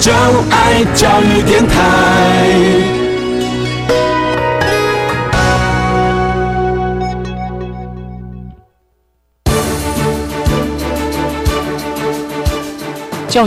就爱教育电台。教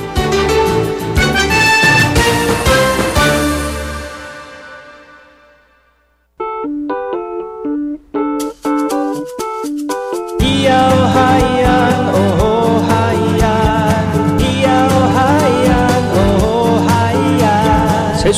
咿呀哦嗨呀，哦吼嗨呀，咿呀哦嗨呀，哦吼嗨呀。谁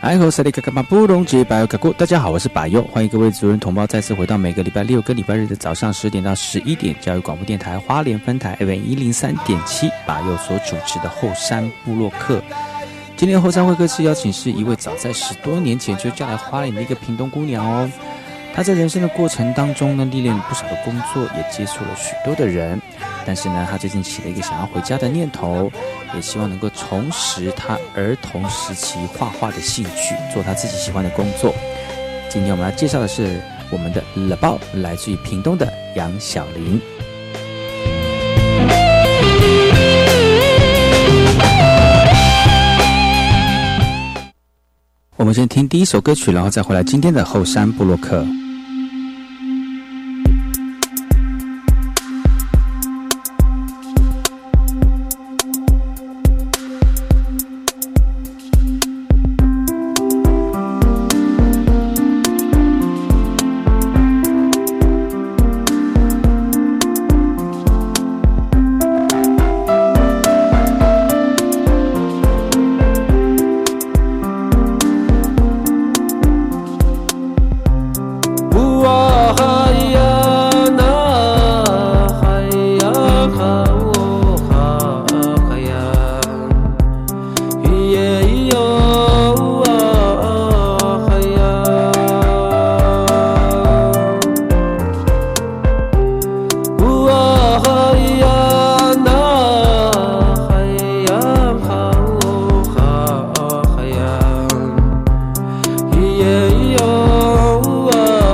哎吼，萨利卡卡巴布隆吉巴尤卡古，大家好，我是巴尤，欢迎各位族人同胞再次回到每个礼拜六跟礼拜日的早上十点到十一点，教育广播电台花莲分台 FM 一零三点七，巴尤所主持的后山部落客。今天的后山会客室邀请是一位早在十多年前就嫁来花莲的一个屏东姑娘哦。她在人生的过程当中呢，历练了不少的工作，也接触了许多的人，但是呢，她最近起了一个想要回家的念头，也希望能够重拾他儿童时期画画的兴趣，做他自己喜欢的工作。今天我们要介绍的是我们的乐豹，来自于屏东的杨小玲。我们先听第一首歌曲，然后再回来今天的后山部落客。ah, ah, ah, 啊 ah, oh, ah,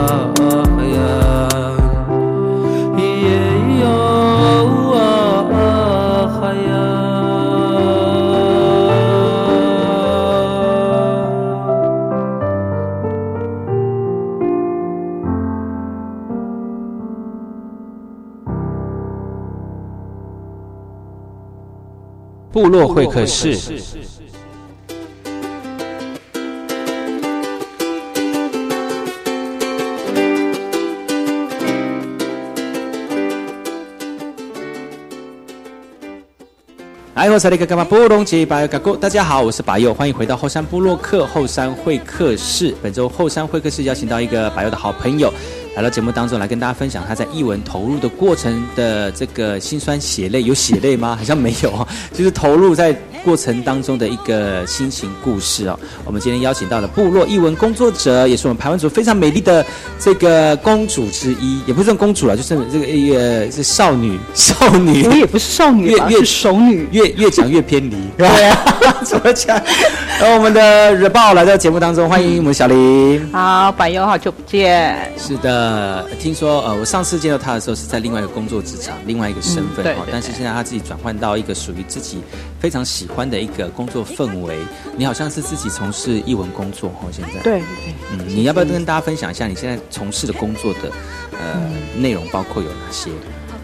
呃哎部落会客室。哎，我是那个干嘛布隆吉巴尤嘎古，大家好，我是巴佑，欢迎回到后山部落客后山会客室。本周后山会客室邀请到一个巴佑的好朋友来到节目当中，来跟大家分享他在译文投入的过程的这个辛酸血泪，有血泪吗？好像没有哦， 就是投入在过程当中的一个心情故事哦。我们今天邀请到了部落译文工作者，也是我们排湾族非常美丽的这个公主之一，也不算公主了，就是这个一个是少女，少女我。也不是少女吧，越越是熟女。越越讲越偏离， 对啊， 怎么讲？然后我们的 r e b o 来到节目当中，欢迎我们小林。好，柏佑，好久不见。是的，听说呃，我上次见到他的时候是在另外一个工作职场，另外一个身份嗯对哦对但是现在他自己转换到一个属于自己非常喜欢的一个工作氛围。你好像是自己从事译文工作哦，现在。。哎对，嗯，你要不要跟大家分享一下你现在从事的工作的呃嗯内容包括有哪些？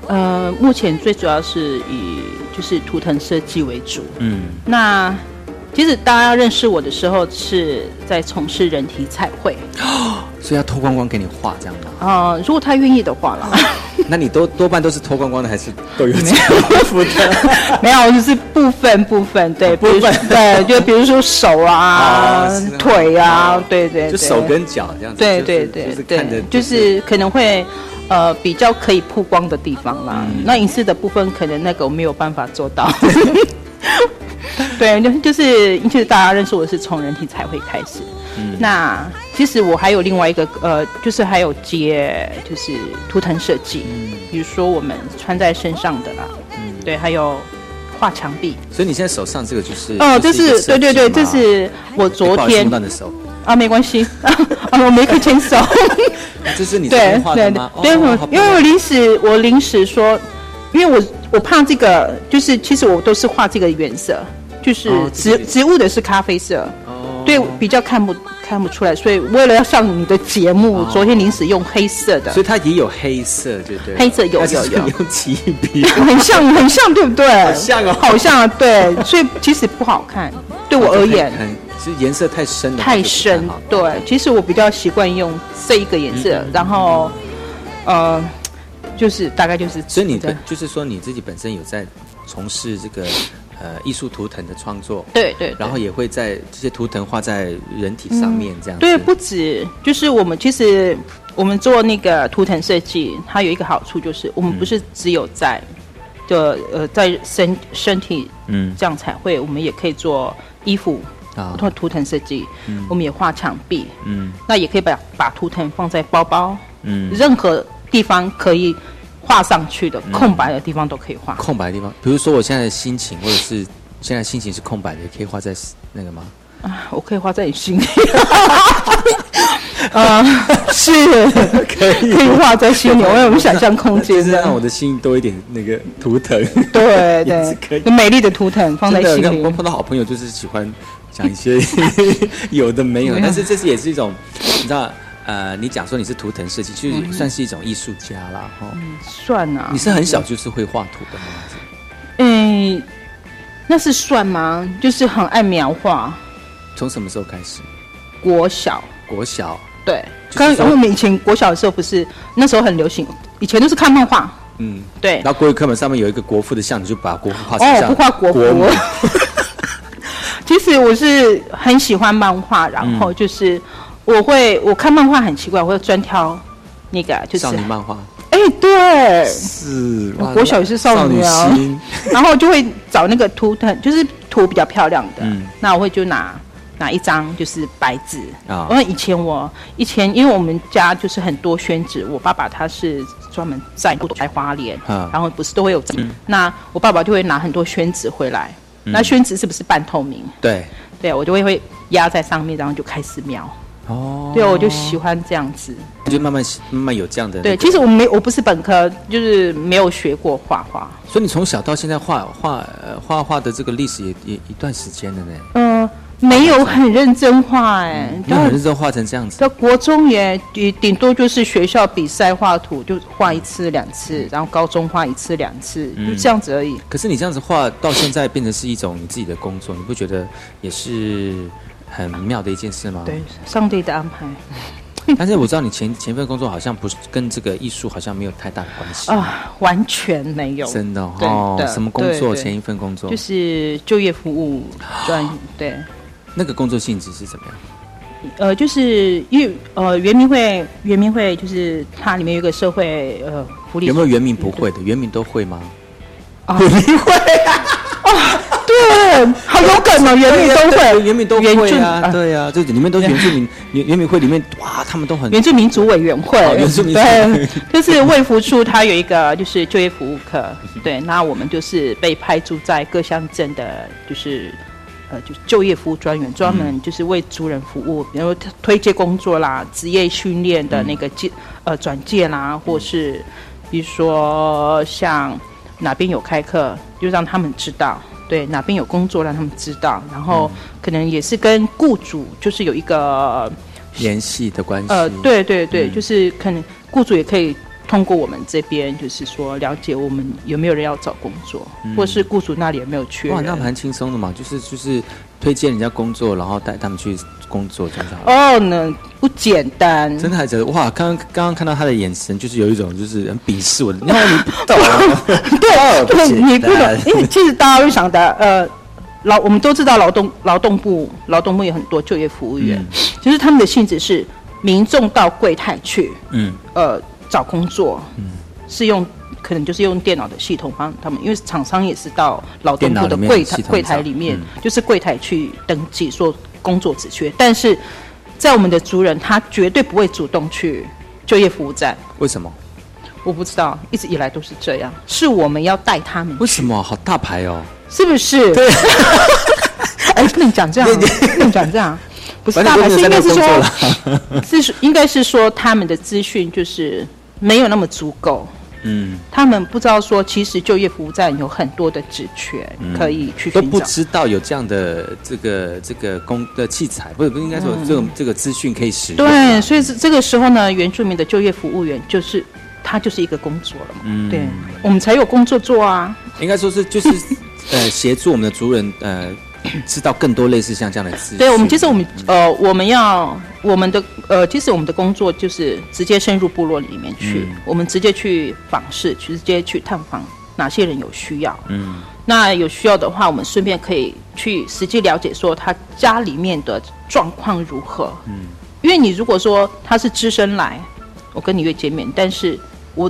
呃，目前最主要是以就是图腾设计为主。嗯那其实大家认识我的时候是在从事人体彩绘，所以要脱光光给你画这样吗？呃，如果他愿意的话啦，那你都多半都是脱光光的，还是都有这样？ 没有，就是部分部分，对，部分对，就比如说手哦 啊哦是啊、腿啊，对对，就对手跟脚这样子，对就是对对就是看着对，就是可能会呃比较可以曝光的地方啦。嗯那影视的部分可能那个我没有办法做 到。对，就就是就是大家认识我是从人体彩绘开始。嗯那其实我还有另外一个呃，就是还有接就是图腾设计，嗯比如说我们穿在身上的啦，对，还有画墙壁。所以你现在手上这个就是哦，这一个是设对计嘛对对，这是我昨不好意思天摸到你的哦手，啊，没关系 啊，我没可以牵手。这是你昨对天画对的吗？对，哦我好因为棒我临时我临时说，因为我我怕这个，就是其实我都是画这个原色，就是哦这植个植物的是咖啡色，哦对，比较看不看不出来，所以为了要上你的节目，哦昨天临时用黑色的所，以它也有黑色，对不对？黑色有但是有有你用奇异笔很像很像，对不对？好像哦好像啊，对，所以其实不好看，对 我而言。 很是颜色太深了，太就不深好，嗯对，其实我比较习惯用这一个颜色，然后，呃，就是大概就是，所以你本对就是说你自己本身有在从事这个呃艺术图腾的创作，对对，然后也会在这些图腾画在人体上面这样子。嗯对，不止就是我们其实我们做那个图腾设计，它有一个好处就是我嗯们不是只有在的、呃在身身体嗯这样彩绘，我们也可以做衣服。啊做图腾设计，我们也画墙壁，嗯那也可以把把图腾放在包包，嗯，任何地方可以画上去的、空白的地方都可以画。空白的地方，比如说我现在的心情或者是现在心情是空白的，也可以画在那个吗？我可以画在你心 里。 呃，是 可以可以画在心里，我有想象空间就是让的。我的心多一点那个图腾。对也是可以对，美丽的图腾放在真心的我里。碰到好朋友就是喜欢讲一 些 有的没有，但是这是也是一种，你知道，呃，你讲说你是图腾设计，嗯就是算是一种艺术家啦，哈、算啊你，是很小就是会画图的吗？嗯，那是算吗？就是很爱描画，从什么时候开始？国小国小，对。就是刚说刚我们以前国小的时候不是那时候很流行，以前都是看漫画，嗯，对然。后国语课本上面有一个国父的像，你就把国父画成哦，像不画国服国母。 其实我是很喜欢漫画，然后嗯就是我会我看漫画很奇怪，我会专挑那个啊就是少女漫画哎、对，是我国小也是少女啊心， 然后就会找那个图腾，就是图比较漂亮的，嗯那我会就拿拿一张就是白纸啊因为以前我以前因为我们家就是很多宣纸，我爸爸他是专门在摘花莲，啊然后不是都会有，那我爸爸就会拿很多宣纸回来。那宣纸是不是半透明？对，对我就会会压在上面，然后就开始描。哦，对，我就喜欢这样子。就慢慢慢慢有这样的那对，个其实我没我不是本科，就是没有学过画画。所以你从小到现在画画呃画画的这个历史也也一段时间了呢。嗯、没有很认真画哎、那到嗯很认真画成这样子，到国中也也顶多就是学校比赛画图，就画一次两嗯次，然后高中画一次两次，就这样子而已。可是你这样子画到现在变成是一种你自己的工作，你不觉得也是很妙的一件事吗？对，上帝的安排。但是我知道你前前份工作好像不是跟这个艺术好像没有太大的关系，啊，完全没有，真的哦对的什么工作？对对前一份工作就是就业服务 专，对，那个工作性质是怎么样？呃，就是因为呃，圆明会，圆明会就是它里面有一个社会呃福利，有没有原名不会的？原名都会吗？啊？圆明会啊，对，好有梗哦，圆明都会，原名都原会住啊，对啊，就里面都是原住 民，原原民会里面哇，他们都很原住民族委员会，哦原住民族 对，就是卫福处它有一个就是就业服务课，对，那我们就是被派驻在各乡镇的，就是呃，就就业服务专员，专嗯门就是为族人服务，比如说推介工作啦、职业训练的那个介、呃转介啦，或是比如说像哪边有开课，就让他们知道。对哪边有工作让他们知道，然后嗯可能也是跟雇主就是有一个联系的关系。呃，对对对，嗯就是可能雇主也可以通过我们这边，就是说了解我们有没有人要找工作，或是雇主那里有没有缺嗯哇，人。那蛮轻松的嘛，就是就是推荐人家工作，然后带他们去工作，这样子好了。哦，那不简单，真的还觉得哇，刚刚刚刚看到他的眼神，就是有一种就是很鄙视我的，然后你不懂 啊，对对，你不懂，因为其实大家会想的，呃，劳我们都知道劳动劳动部劳动部有很多就业服务员，嗯其实他们的性质是民众到柜台去，嗯，呃，找工作，是用可能就是用电脑的系统帮他们，因为厂商也是到劳动电部脑里的面柜系台统柜台找里面，嗯就是柜台去登记说工作职缺，但是在我们的族人，他绝对不会主动去就业服务站。为什么？我不知道，一直以来都是这样，是我们要带他们为什么？好大牌哦！是不是？对。 哎，不能讲这样啊，不能讲这样啊，不是反大正牌，都是没有在那应该是工作了说，， 是说应该是说他们的资讯就是没有那么足够，嗯，他们不知道说其实就业服务站有很多的职缺可以去嗯都寻不找。知道有这样的这个这个工的器材，不是不是应该说这种这个资讯可以使用。嗯啊对，所以这这个时候呢，原住民的就业服务员就是他就是一个工作了嘛，嗯对我们才有工作做啊。应该说是就是呃协助我们的族人呃知道更多类似像这样的资讯。对，我们其实我们呃，我们要我们的呃，其实我们的工作就是直接深入部落里面去，嗯我们直接去访视，直接去探访哪些人有需要。嗯，那有需要的话，我们顺便可以去实际了解说他家里面的状况如何。嗯，因为你如果说他是只身来，我跟你约见面，但是我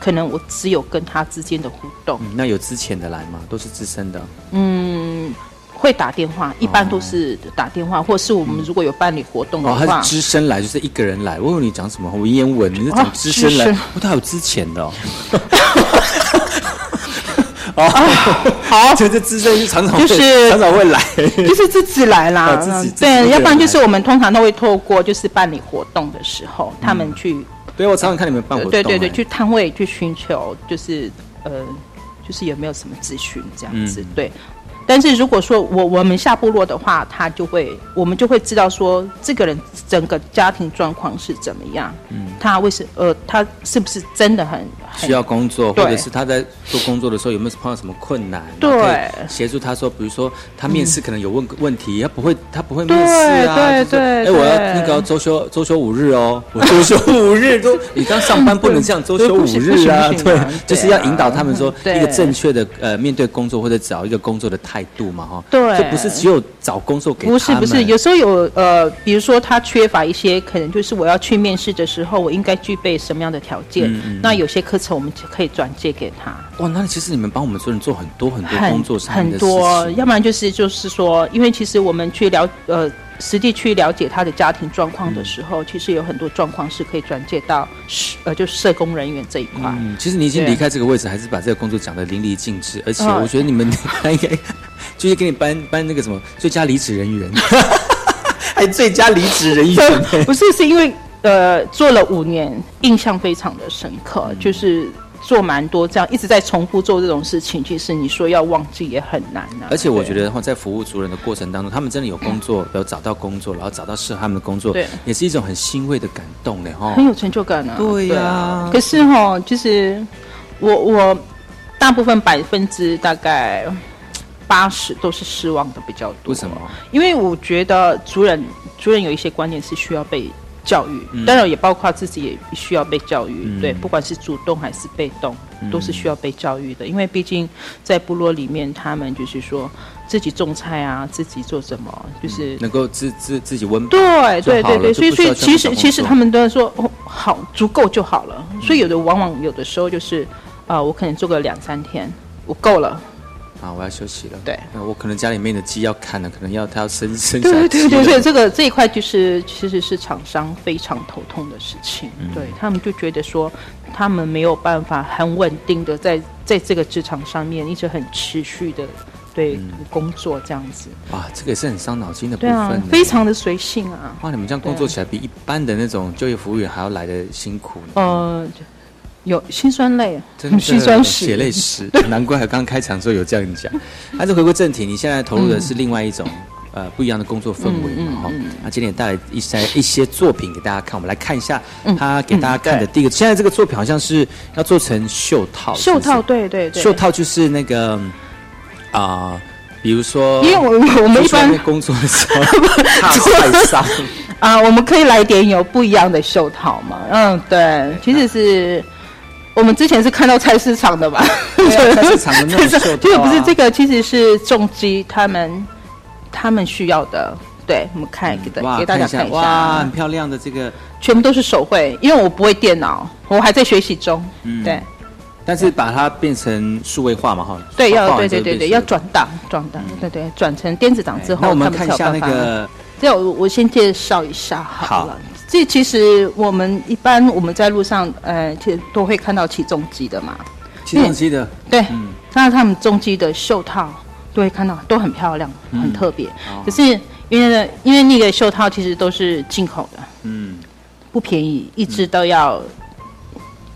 可能我只有跟他之间的互动，嗯那有之前的来吗？都是资深的，会打电话，一般都是打电话，或是我们如果有办理活动的哦话，，他是资深来，就是一个人来。我问你讲什么文言文，你是哦讲资深来资深，不他有之前的哦。好，这这资深是常常哦就是会常常会来， 就是自己来啦啊，自己自己一个人对，要不然就是我们通常都会透过就是办理活动的时候，他们嗯去，对我常常看你们办活动，对对对，哎去摊位去寻求，就是呃，就是有没有什么咨询这样嗯子，对。但是如果说我我们下部落的话，他就会我们就会知道说这个人整个家庭状况是怎么样，嗯，他为什呃他是不是真的很很需要工作，或对者是他在做工作的时候有没有碰到什么困难，对然后可以协助他说，比如说他面试可能有问问题，他不会他不会面对试啊，对就是对哎，我要对那个周休周休五日哦，我周休五日都， 你刚上班不能这样周休五日啊，对不行不行不对行啊，就是对要啊引导他们说对一个正确的呃面对工作或者找一个工作的态度嘛，哈，对就不是只有找工作给不是他不是，们有时候有呃，比如说他缺乏一些，可能就是我要去面试的时候，我应该具备什么样的条嗯件？那有些课程我们就可以转借给他，哇，那其实你们帮我们做人做很多很多工很作上面很的事情，多，要不然就是就是说，因为其实我们去了呃实地去了解他的家庭状况的嗯时候，其实有很多状况是可以转介到社呃就社工人员这一块。嗯，其实你已经对离开这个位置，还是把这个工作讲得淋漓尽致，而且嗯我觉得你们他应该就是给你颁颁那个什么最佳离职 人员，还最佳离职人员，嗯不是，是因为呃，做了五年，印象非常的深刻，就是做蛮多这样，一直在重复做这种事情，其实你说要忘记也很难呐、 而且我对觉得哈，在服务族人的过程当中，他们真的有工作，有找到工作，然后找到适合他们的工作对，也是一种很欣慰的感动嘞哈很。有成就感啊。哦对呀可是哈，就是我我大部分百分之大概八十都是失望的比较为多。什么？？因为我觉得族人族人有一些观念是需要被教育，嗯当然也包括自己也需要被教育。对，不管是主动还是被动，嗯都是需要被教育的。因为毕竟在部落里面，他们就是说自己种菜啊，自己做什么，就是能够自自自己温饱对就对好对了对，就所以不需所以要其这实么多其实工作他们都在说哦，好足够就好了。所以有的往往有的时候就是，啊、我可能做个两三天，我够了。啊，我要休息了。对那我可能家里面的鸡要砍了，可能要他要生生小鸡对了。对对对，这个这一块就是其实是厂商非常头痛的事情，嗯对他们就觉得说他们没有办法很稳定的在在这个职场上面一直很持续的对、嗯工作这样子，哇，这个也是很伤脑筋的部对分欸啊呢，，非常的随性啊，哇，你们这样工作起来比一般的那种就业服务员还要来的辛苦呢。呃，有辛酸泪，真的辛酸史，血泪史，难怪刚开场的时候有这样讲。但是回归正题，你现在投入的是另外一种、呃不一样的工作氛嗯围嘛哈。那、今天也带来一些一些作品给大家看，我们来看一下嗯他给大家看的第一个。现在这个作品好像是要做成袖套，袖是不套，是对对对，袖套就是那个啊、比如说，因为我我们一出去外般面工作的时候 怕晒伤，啊，我们可以来点有不一样的袖套嘛？嗯，对，其实是我们之前是看到菜市场的吧？对 啊菜市场的那种袖套啊其实不是这个，其实是重机他们他们需要的。对，我们看哎给大嗯哇，给大家看一哇，下啊很，漂亮的这个。全部都是手绘，因为我不会电脑，我还在学习中。嗯对但是把它变成数位化嘛，哈。对，画要完对之对后对变对，数要位转档转档，对对，转成电子档之后，嗯哎那我们他看才一有下那办法个这样我我先介绍一下好了。好这其实我们一般我们在路上，呃，其实都会看到起重机的嘛。起重机的，对，那他们重机的袖套都会看到，都很漂亮，嗯很特别。哦可是因为呢，因为那个袖套其实都是进口的，嗯，不便宜，一只都要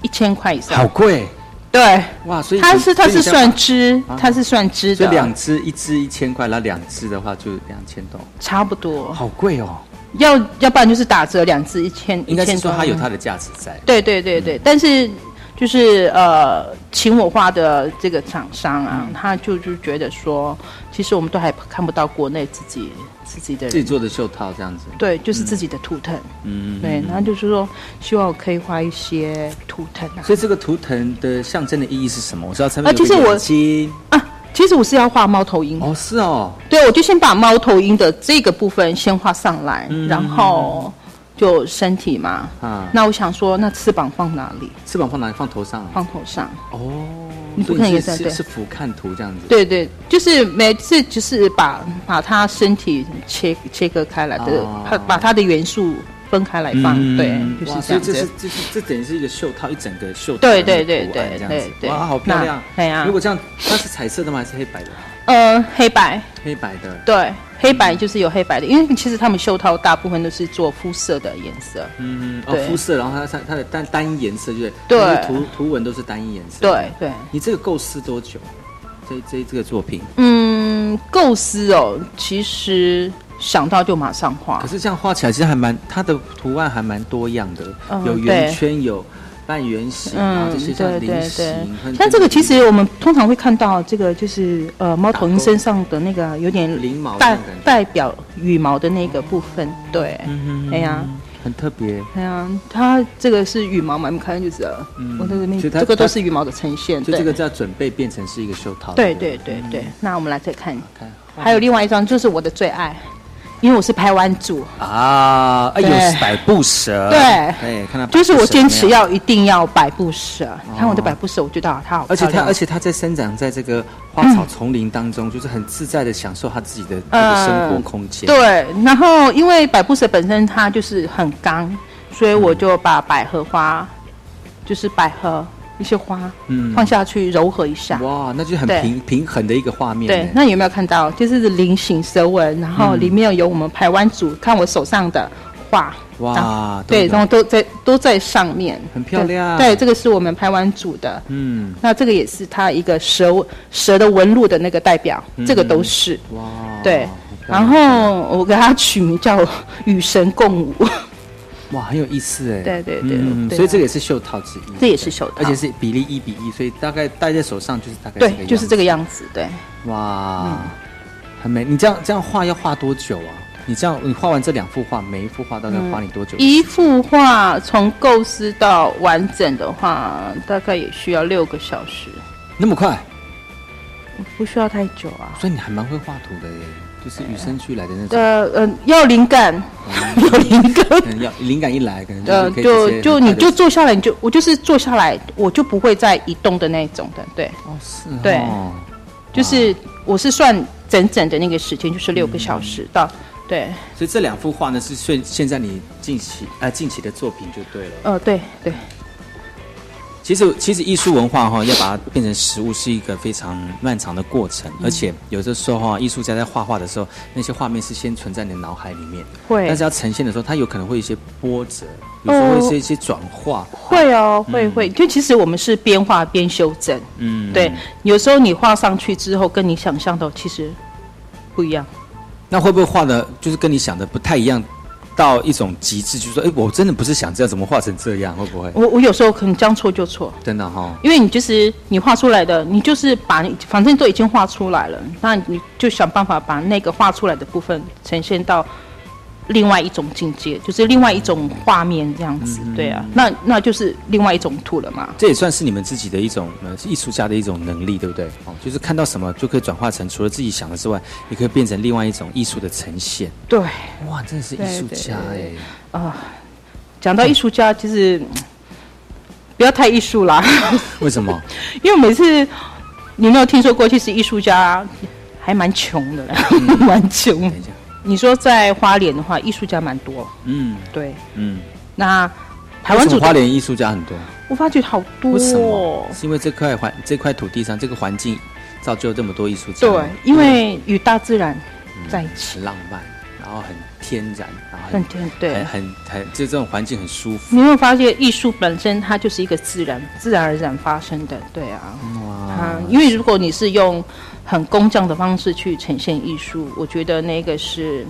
一千块以上。好贵对，哇！所以它是它所以是你这样算支，它是算支所以的两，只，一只一千块，然后两只的话就两千多，差不多。好贵哦。要要不然就是打折，两只一千，应该是说一千多它有它的价值在。对对对嗯对，但是就是呃，请我画的这个厂商啊，嗯他就就觉得说，其实我们都还看不到国内自己自己的自己人，做的袖套这样子，对，就是自己的图腾，嗯，对，然后就是说希望我可以画一些图腾啊。所以这个图腾的象征的意义是什么？我知道上啊面有其实个我眼睛，啊，其实我是要画猫头鹰，哦，是哦，对，我就先把猫头鹰的这个部分先画上来，嗯然后就身体嘛。啊那我想说，那翅膀放哪里？翅膀放哪里？放头上啊。放头上。哦，你不所以看也是算是对是俯瞰图这样子。对对，就是每次就是把把它身体切切割开来的哦，它、把它的元素分开来放，嗯对，就哇是这样所以这子是。这是这等于是一个袖套，一整个袖套对的那个对对图对案这样对子对哇，好漂那亮！对啊如果这样，它是彩色的吗？还是黑白的？呃，黑白，黑白的。对，黑白就是有黑白的，因为其实他们袖套大部分都是做肤色的颜色，嗯，哦，对肤色，然后它它它的单单一颜色，对不对它的图图文都是单一颜色。对，对。你这个构思多久？这这这个作品，嗯，构思哦，其实想到就马上画可。是这样画起来其实还蛮，它的图案还蛮多样的，嗯有圆对嗯圈，有半圆形，然啊后这些像对菱对形对。，很像这个，其实我们通常会看到这个，就是呃，猫头鹰身上的那个有点翎毛的那代种感觉哦代表羽毛的那个部分，对，嗯哎呀，很特别。哎呀，它这个是羽毛嘛，你们看就知道了。我这边嗯所以它这个它都是羽毛的呈现，所以对这个，就嗯要准备变成是一个袖套。对不对对对。那我们来再看，看还有另外一张就是我的最爱，因为我是排湾族，啊，哎呦，对百步蛇，对哎，看到就是我坚持要，要一定要百步蛇。看我的百步蛇，我觉得啊它好哦而且漂它亮而且它在生长在这个花草丛林当中，就是很自在的享受它自己的这个生活空间。，嗯对，然后因为百步蛇本身它就是很刚，所以我就把百合花，就是百合一些花，嗯放下去柔和一下。哇，那就很对平平衡的一个画面。对，，那有没有看到？就是菱形蛇纹，然后里面有我们台湾族，看我手上的画，哇，啊对，都然后都在都在上面，很漂对亮对，这个是我们排湾组的，嗯，那这个也是它一个蛇蛇的纹路的那个代表，嗯这个都是哇，对很。哦漂然亮后我给它取名叫《与神 共舞》，哇，很有意思哎，对对对对啊所以这个也是袖套之一，这也是手套，而且是比例一比一，所以大概戴在手上就是大概对，就是这个个样子，对。样子。哇，很美！你这样这样画要画多久啊？你这样你画完这两幅画，每一幅画大嗯概花你多久？一幅画从构思到完整的话，大概也需要六个小时，那么快，不需要太久 啊。所以你还蛮会画图的耶，就是与生俱来的那种。呃呃，要灵感， 有灵感。可能要灵感一来，可能呃，哦 就是可以直接很就就快你就地坐下来，你就我就是坐下来，我就不会再移动的那一种的，对，哦是哦对就是我是算整整的那个时间，就是六个小时到，对，所以这两幅画呢是现现在你近期呃近期的作品就对了。呃，对对，其实，其实艺术文化哈、要把它变成实物，是一个非常漫长的过程。嗯而且有的时候哈、艺术家在画画的时候，那些画面是先存在你的脑海里面，会但是要呈现的时候，它有可能会有一些波折，有时候会有一些转化。会哦，会会，就其实我们是边画边修正，嗯，对。，有时候你画上去之后，跟你想象的其实不一样。那会不会画的，就是跟你想的不太一样，到一种极致，就是说，哎，我真的不是想这样，怎么画成这样？会不会？我我有时候可能将错就错，真的哈、因为你就是你画出来的，你就是把你反正都已经画出来了，那你就想办法把那个画出来的部分呈现到另外一种境界，就是另外一种画面这样子，对啊，那那就是另外一种图了嘛。这也算是你们自己的一种呃艺术家的一种能力，对不对？哦，就是看到什么就可以转化成除了自己想的之外，也可以变成另外一种艺术的呈现。对，哇，真的是艺术家哎！讲到艺术家，其实嗯不要太艺术啦，为什 么？因为每次你有没有听说过，其实艺术家还蛮穷的，嗯 蛮穷等。一下，你说在花莲的话，艺术家蛮多，嗯对，嗯，那台台湾湾组花莲艺术家很多，我发觉好多、哦，为什么？是因为这块环这块土地上这个环境造就这么多艺术家，对，因为与大自然在一起，很浪漫，然后很天然，然后很很天对很。很很就这种环境很舒服。你有没有发现，艺术本身它就是一个自然、自然而然发生的，对啊，哇，嗯，因为如果你是用很工匠的方式去呈现艺术，我觉得那个是，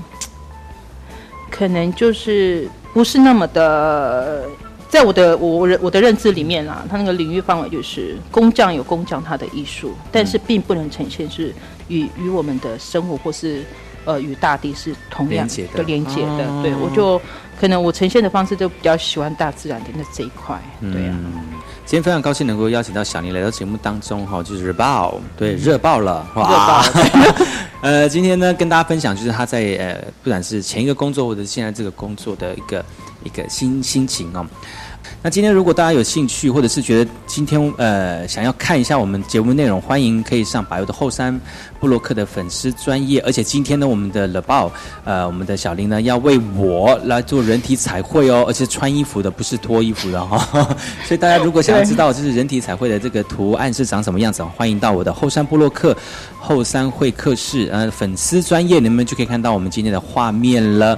可能就是不是那么的，在我的我我的我的认知里面啦，它那个领域范围就是工匠有工匠他的艺术，但是并不能呈现是与与我们的生活或是。呃，与大地是同样连结的连接的，哦对我就可能我呈现的方式就比较喜欢大自然的那这一块，对嗯啊，今天非常高兴能够邀请到小宁来到节目当中哈，就是热爆，对，嗯热爆了，哇！ 呃，今天呢，跟大家分享就是他在呃，不管是前一个工作或者是现在这个工作的一个一个心心情哦。那今天如果大家有兴趣，或者是觉得今天呃想要看一下我们节目内容，欢迎可以上百油的后山布洛克的粉丝专业。而且今天呢，我们的 l e b a 呃，我们的小林呢要为我来做人体彩绘哦，而且穿衣服的不是脱衣服的哈、 哦。所以大家如果想要知道就是人体彩绘的这个图案是长什么样子，欢迎到我的后山布洛克后山会客室呃粉丝专业，你们就可以看到我们今天的画面了。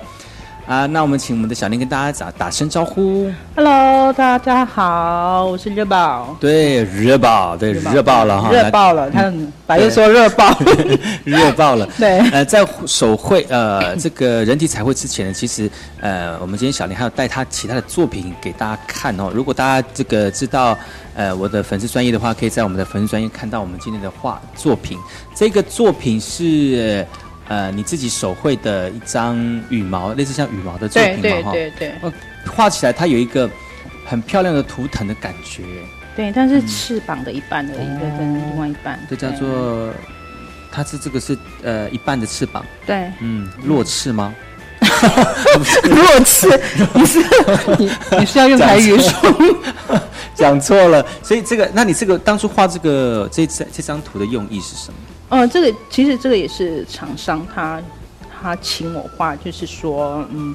啊，那我们请我们的小林跟大家打打声招呼。 Hello，大家好，我是热宝。对，热爆，对，热爆了哈，嗯热爆了，他白又说热爆， 热爆了。 对呃，在手绘呃这个人体彩绘之前呢，其实呃，我们今天小林还有带他其他的作品给大家看哦。如果大家这个知道呃我的粉丝专业的话，可以在我们的粉丝专业看到我们今天的画作品。这个作品是呃你自己手绘的一张羽毛，类似像羽毛的作品对嘛对哈。对对呃画起来它有一个很漂亮的图腾的感觉，对，但是翅膀的一半而已，对，跟另外一半，嗯哦这叫对做。它是这个是呃一半的翅膀，对嗯，落翅吗？弱翅。 你是你你是 要用台语说？嗯讲错了，所以这个，那你这个当初画这个这这这张图的用意是什么？哦，这个其实这个也是厂商他他请我画，就是说，嗯，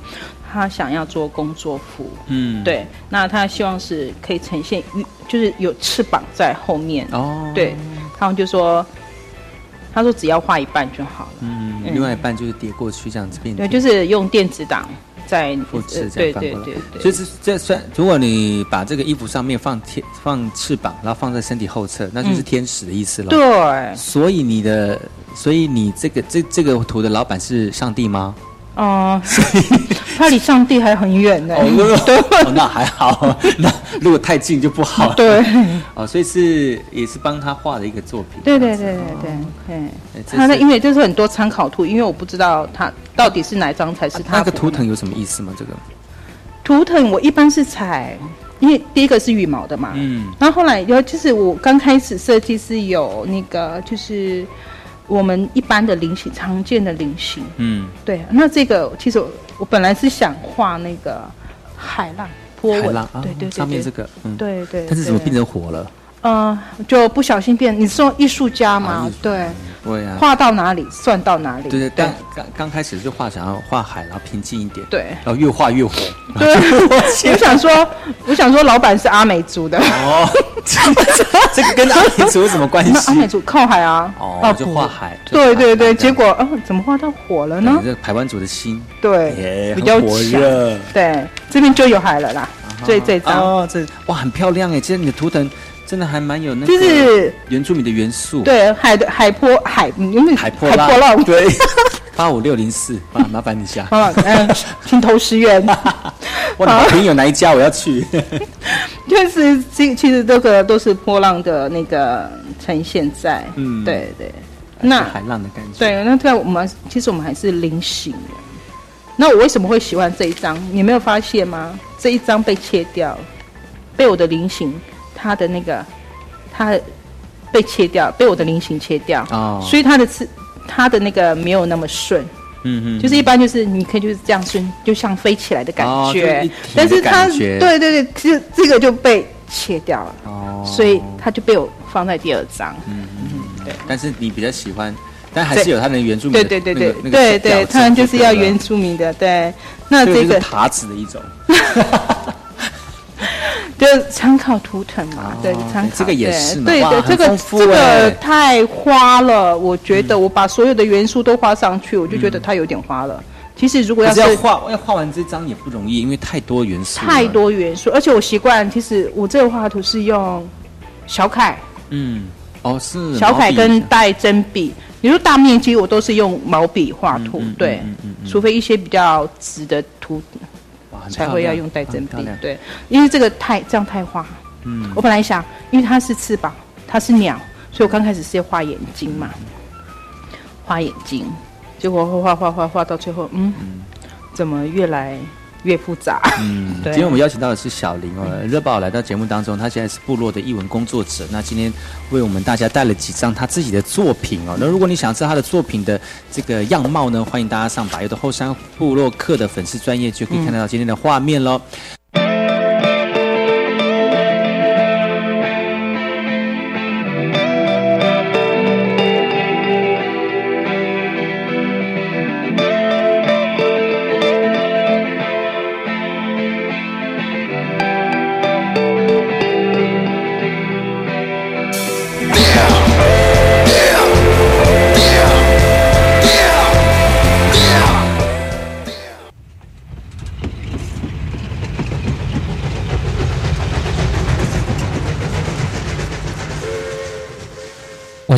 他想要做工作服，嗯，，对，那他希望是可以呈现羽，就是有翅膀在后面，哦，对，他们就说，他说只要画一半就好了。嗯，嗯另外一半就是叠过去这样子变，对，就是用电子档，在复制这对样翻呃对过来对对，所以这这算，如果你把这个衣服上面放天放翅膀，然后放在身体后侧，那嗯就是天使的意思了。对，所以你的，所以你这个这这个图的老板是上帝吗？哦，他离上帝还很远呢。对，哦那还好， 那如果太近就不好。， 对，哦，所以是也是帮他画的一个作品。对对对这对样子对，对。哎这他那是因为这是很多参考图，因为我不知道他到底是哪一张才是他那个符图合腾有什么意思吗？这个，图腾我一般是采，因为第一个是羽毛的嘛，嗯，然后后来有就是我刚开始设计是有那个就是我们一般的菱形，常见的菱形，嗯，对，啊那这个其实我我本来是想画那个海浪波海纹，浪啊对对对，，上面对这个，嗯，对对，但是怎么对变？成火了？呃，就不小心变，你说艺术家嘛，啊艺术对，对啊，画到哪里算到哪里，对对，对刚刚刚开始就画想要画海，然后平静一点， 对然后越画越火。啊对， 我想说，我想说，老板是阿美族 的。哦， 这个跟阿美族有什么关那阿美系？族靠海啊，哦靠，就谱画。海。就对画对海对，这样结果啊，怎么画到火了对呢这？个台湾族的心对也，比较很火强。热。啊对，这边就有海了啦，这这张哦，这哇很漂亮哎，其实你的图腾真的还蛮有那个就是原住民的元素。，对海的海波海，嗯因为海波海波浪浪。对， 八五六零四，哇，麻烦你一下。啊， 嗯，平头十元，哇，你好朋友哪一家我要去？就是其其实这个都是波浪的那个呈现在，嗯对对。是 那海浪的感觉。，对，那这样我们其实我们还是菱形的。那我为什么会喜欢这一张？你没有发现吗？这一张被切掉，被我的菱形，它的那个，它被切掉，被我的菱形切掉，哦所以它的刺，它的那个没有那么顺，嗯嗯，就是一般就是你可以就是这样顺，就像飞起来的感哦就是觉，一体但的是它，感觉对对对，这这个就被切掉了，哦所以它就被我放在第二张。但是你比较喜欢，但还是有它的原住民对的对对那对个那个对调对，性他们就是要对吧原住民的，对。那这个这就是个塔子的一种就是参考图腾嘛哦，对，参考这个也是嘛对哇对很对，这丰个富嗯这欸个太花了，我觉得我把所有的元素都画上去，我就觉得它有点花了。其实如果嗯可要是是要画要画完这张也不容易，因为太多元素了，太多元素，而且我习惯，其实我这个画图是用小楷、嗯哦是小毛楷笔跟带针笔。你说大面积，我都是用毛笔画图嗯嗯，对嗯嗯，除非一些比较直的图哇很才漂会要亮用带针很漂笔亮，对，因为这个太这样太花。嗯我本来想，因为它是翅膀，它是鸟，所以我刚开始是要画眼睛嘛，画眼睛，结果画画画画画到最后，嗯，怎么越来越复杂？嗯，对今天我们邀请到的是小林哦，热宝来到节目当中，他现在是部落的艺文工作者。那今天为我们大家带了几张他自己的作品哦。那如果你想知道他的作品的这个样貌呢，欢迎大家上百优的后山部落客的粉丝专业就可以看得到今天的画面喽。我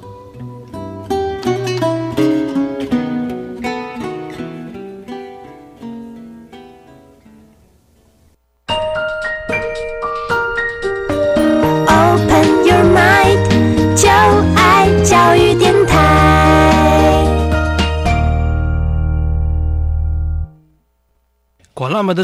Open your mind，就爱教育电台。管那么的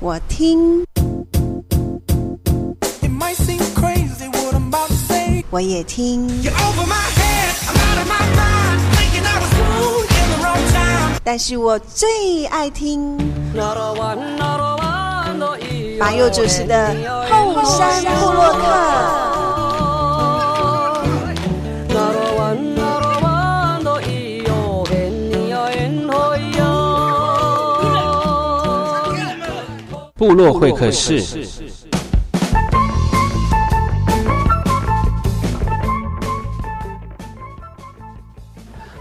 我听， It might seem crazy what I'm about to say. 我也听， You're over my head, I'm out of my mind. Thinking I was cool in the wrong time. 但是我最爱听马友主持的《后山部落客》。部落会客室。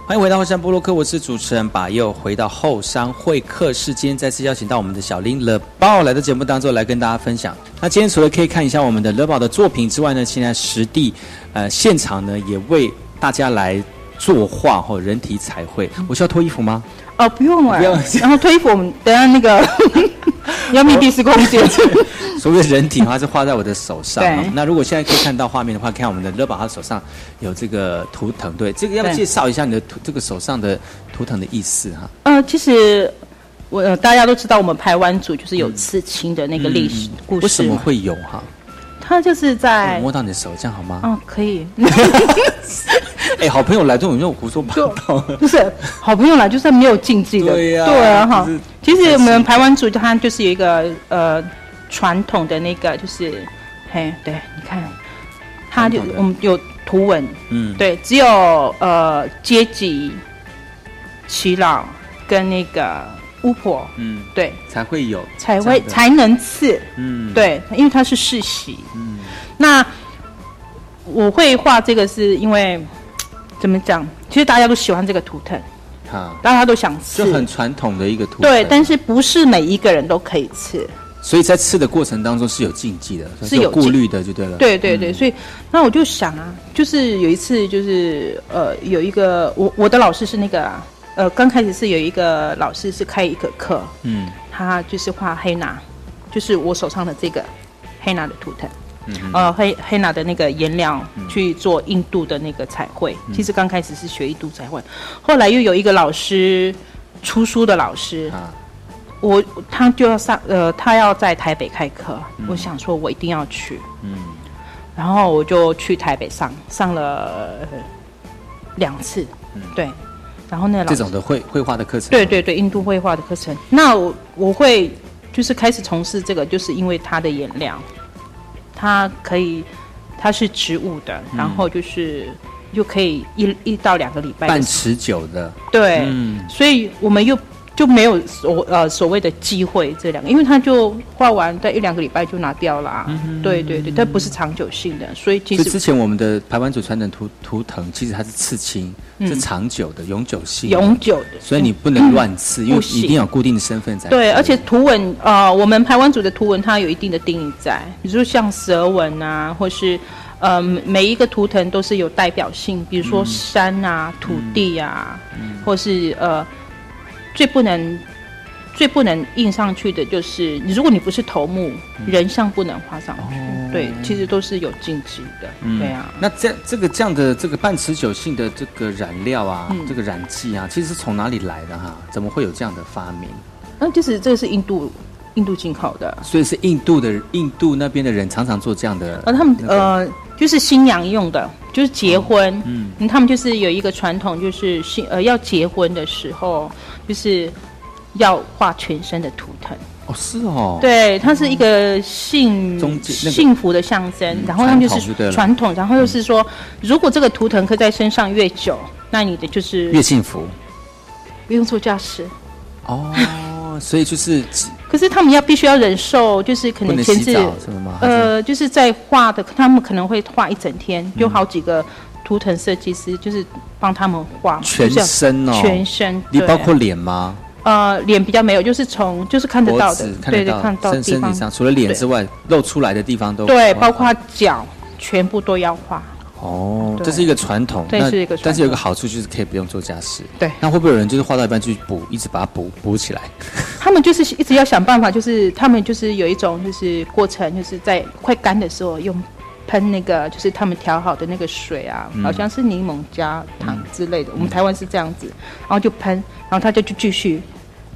欢迎回到后山部落客，我是主持人把佑。回到后山会客室，今天再次邀请到我们的小林乐宝来到节目当中来跟大家分享。那今天除了可以看一下我们的乐宝的作品之外呢，现在实地呃现场呢也为大家来作画或、人体彩绘。我需要脱衣服吗？哦，不用哎、不用然后脱衣服，我们等一下那个 你要密闭式空间。所谓的人体的话是画在我的手上。对哦那如果现在可以看到画面的话，看我们的乐宝他手上有这个图腾，对，这个要不要介对绍一下你的图这个手上的图腾的意思哈？呃，其实我、呃大家都知道，我们排湾族就是有刺青的那个历史故嗯为事什么嘛。会有哈？他就是我在摸到你的手，这样好吗？哦，可以， 哎、好朋友来这种种胡说八道，不是好朋友啦，就是没有禁忌的， 对呀啊哈就是。其实我们排湾族它就是有一个呃传统的那个，就是嘿，对，你看，它就传统的我们有图文，嗯，对，只有呃阶级、耆老跟那个巫婆，嗯，对，才会有才这样会的，才能刺，嗯，，对，因为它是世袭。嗯那我会画这个是因为怎么讲？其实大家都喜欢这个图腾，好，大家都想就刺，很传统的一个图腾。嗯对，但是不是每一个人都可以刺？所以在吃的过程当中是有禁忌的，是有顾禁虑的，就对了。对对对，所以那我就想啊，就是有一次，就是呃，有一个我我的老师是那个啊，呃，刚开始是有一个老师是开一个课，嗯，他就是画黑拿，就是我手上的这个黑拿的图腾，嗯呃，黑黑拿的那个颜料去做印度的那个彩绘。嗯其实刚开始是学印度彩绘，后来又有一个老师，出书的老师，啊我他就要上呃，他要在台北开课，嗯我想说我一定要去，然后我就去台北上上了呃两次，对，然后那个老嗯这师种的绘绘画的课程，对对对，印度绘画的课程。那我我会就是开始从事这个，就是因为它的颜料，它可以它是植物的，嗯然后就是又可以一一到两个礼拜的半时持久的，对，嗯所以我们又就没有所呃所谓的忌讳这两个，因为它就画完在一两个礼拜就拿掉了、啊，对对对，它不是长久性的，所以其嗯所以实之前我们的排湾族传统图图腾，其实它是刺青，是长久的、永久性的。嗯永，久的。所以你不能乱刺，因为不行一定要有固定的身份才可以对，而且图文呃，我们台湾组的图文它有一定的定义在，比如说像蛇纹啊，或是呃每一个图腾都是有代表性，比如说山啊、土地啊，或是呃最不能。最不能印上去的就是，如果你不是头目，人像不能画上去。对，其实都是有禁忌的。对啊，那这这个这样的这个半持久性的这个染料啊，嗯这个染剂啊，其实是从哪里来的哈、怎么会有这样的发明？那就是这个是印度印度进口的，所以是印度的印度那边的人常常做这样的、呃，他们那个呃，就是新娘用的，就是结婚，嗯，他们就是有一个传统，就是新呃要结婚的时候，就是要画全身的图腾，哦，是哦，，对，它是一个幸、中间那个嗯幸福的象征，然后他们就传是统就对了嗯传统，然后又是说，如果这个图腾刻在身上越久，那你的就是越幸福不用做驾驶。哦， 所以就是可是他们要必须要忍受，就是可不能能前洗置，澡什么吗？还是，呃，就是在画的，他们可能会画一整嗯天，有好几个图腾设计师就是帮他们画，全就是身哦，全身，你对包括脸吗？呃脸比较没有，就是从就是看得脖到子的，看对得对，到，看得到身的地身体上方，除了脸之外，露出来的地方都对，包括脚全部都要画。哦，对这是一个传统，对那是一个传统但是有一个好处就是可以不用做家事。对那会不会有人就是画到一半去补，一直把它补补起来？他们就是一直要想办法，就是他们就是有一种就是过程，就是在快干的时候用喷那个就是他们调好的那个水啊，嗯好像是柠檬加糖之类的，我们台湾是这样子，然后就喷，然后它就就继续。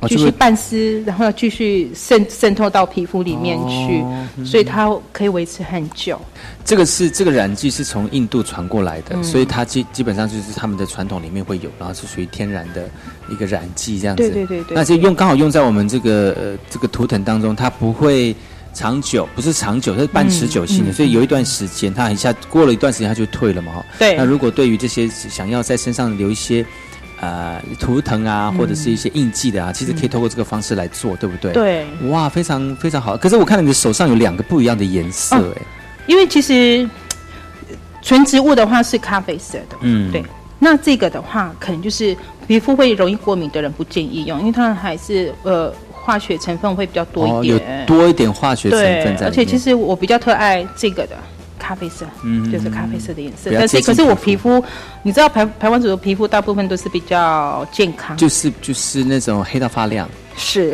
哦继就续会半湿，然后要继续渗渗透到皮肤里面去，哦嗯所以它可以维持很久。这个是这个染剂是从印度传过来的，嗯所以它基基本上就是他们的传统里面会有，然后是属于天然的一个染剂这样子。对对对对那就用刚好用在我们这个呃这个图腾当中，它不会长久，不是长久，它是半持久性嗯的，所以有一段时间它一下过了一段时间它就退了嘛哈。对那如果对于这些想要在身上留一些。呃，图腾嗯啊，或者是一些印记的啊，其实可以透过这个方式来做，对不对？。对，哇，非常非常好。可是我看你的手上有两个不一样的颜色，哦哎、因为其实呃纯植物的话是咖啡色的，嗯对。那这个的话，可能就是皮肤会容易过敏的人不建议用，因为它还是呃化学成分会比较多一哦、有点。多一点化学成分在里对，面。而且其实我比较特爱这个的咖啡色，嗯就是咖啡色的颜比色。较但是接近可是我皮皮肤，你知道排排湾族的皮肤大部分都是比较健康，就是就是那种黑到发 亮，是